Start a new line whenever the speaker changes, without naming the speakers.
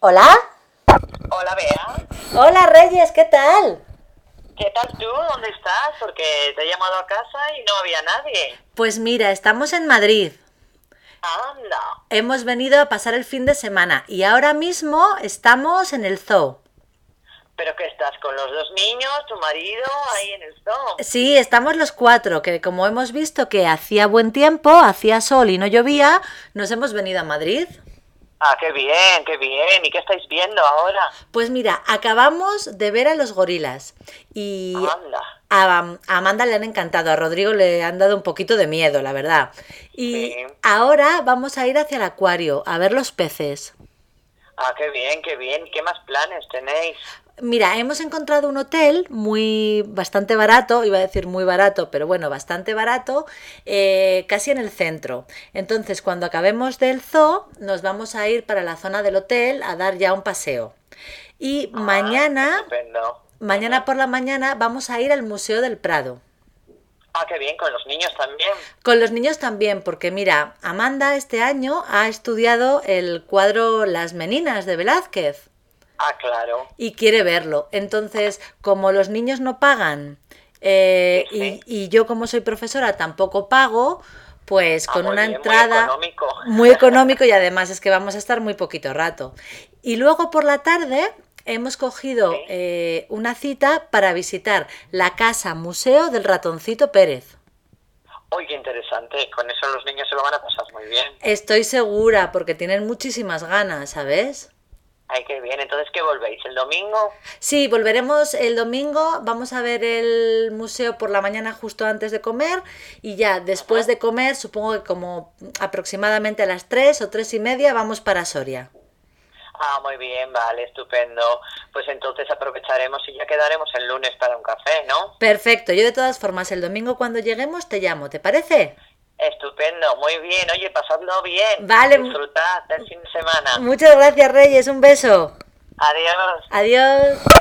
Hola.
Hola, Bea.
Hola Reyes, ¿qué tal?
¿Qué tal tú? ¿Dónde estás? Porque te he llamado a casa y no había nadie.
Pues mira, estamos en Madrid.
Anda.
Hemos venido a pasar el fin de semana y ahora mismo estamos en el zoo.
¿Pero que estás con los dos niños, tu marido, ahí en el zoo?
Sí, estamos los cuatro, que como hemos visto que hacía buen tiempo, hacía sol y no llovía, nos hemos venido a Madrid.
Ah, qué bien, qué bien. ¿Y qué estáis viendo ahora?
Pues mira, acabamos de ver a los gorilas y
Anda.
a, a Amanda le han encantado, a Rodrigo le han dado un poquito de miedo, la verdad. Y
Sí.
ahora vamos a ir hacia el acuario a ver los peces.
Ah, qué bien, qué bien. ¿Qué más planes tenéis?
Mira, hemos encontrado un hotel muy bastante barato, iba a decir muy barato, pero bueno, bastante barato, eh, casi en el centro. Entonces, cuando acabemos del zoo, nos vamos a ir para la zona del hotel a dar ya un paseo. Y mañana,
Ah, Estupendo.
mañana por la mañana, vamos a ir al Museo del Prado.
Ah, qué bien, con los niños también.
Con los niños también, porque mira, Amanda este año ha estudiado el cuadro Las Meninas de Velázquez.
Ah, claro.
y quiere verlo. Entonces, como los niños no pagan eh,
Sí, sí.
Y, y yo como soy profesora tampoco pago, pues
Ah,
con
muy
una
bien, muy
entrada
económico.
muy económico y además es que vamos a estar muy poquito rato. Y luego por la tarde hemos cogido
Sí.
eh, una cita para visitar la casa museo del ratoncito Pérez.
Oye, qué interesante. Con eso los niños se lo van a pasar muy bien.
Estoy segura porque tienen muchísimas ganas, ¿sabes?
Ay, qué bien. Entonces, ¿qué volvéis? ¿El domingo?
Sí, volveremos el domingo, vamos a ver el museo por la mañana justo antes de comer y ya después de comer, supongo que como aproximadamente a las 3 o 3 y media vamos para Soria.
Ah, muy bien, vale, estupendo. Pues entonces aprovecharemos y ya quedaremos el lunes para un café, ¿no?
Perfecto, yo de todas formas el domingo cuando lleguemos te llamo, ¿te parece?
Estupendo, muy bien. Oye, pasadlo bien.
Vale.
Disfrutad del fin de semana.
Muchas gracias Reyes, un beso.
Adiós.
Adiós.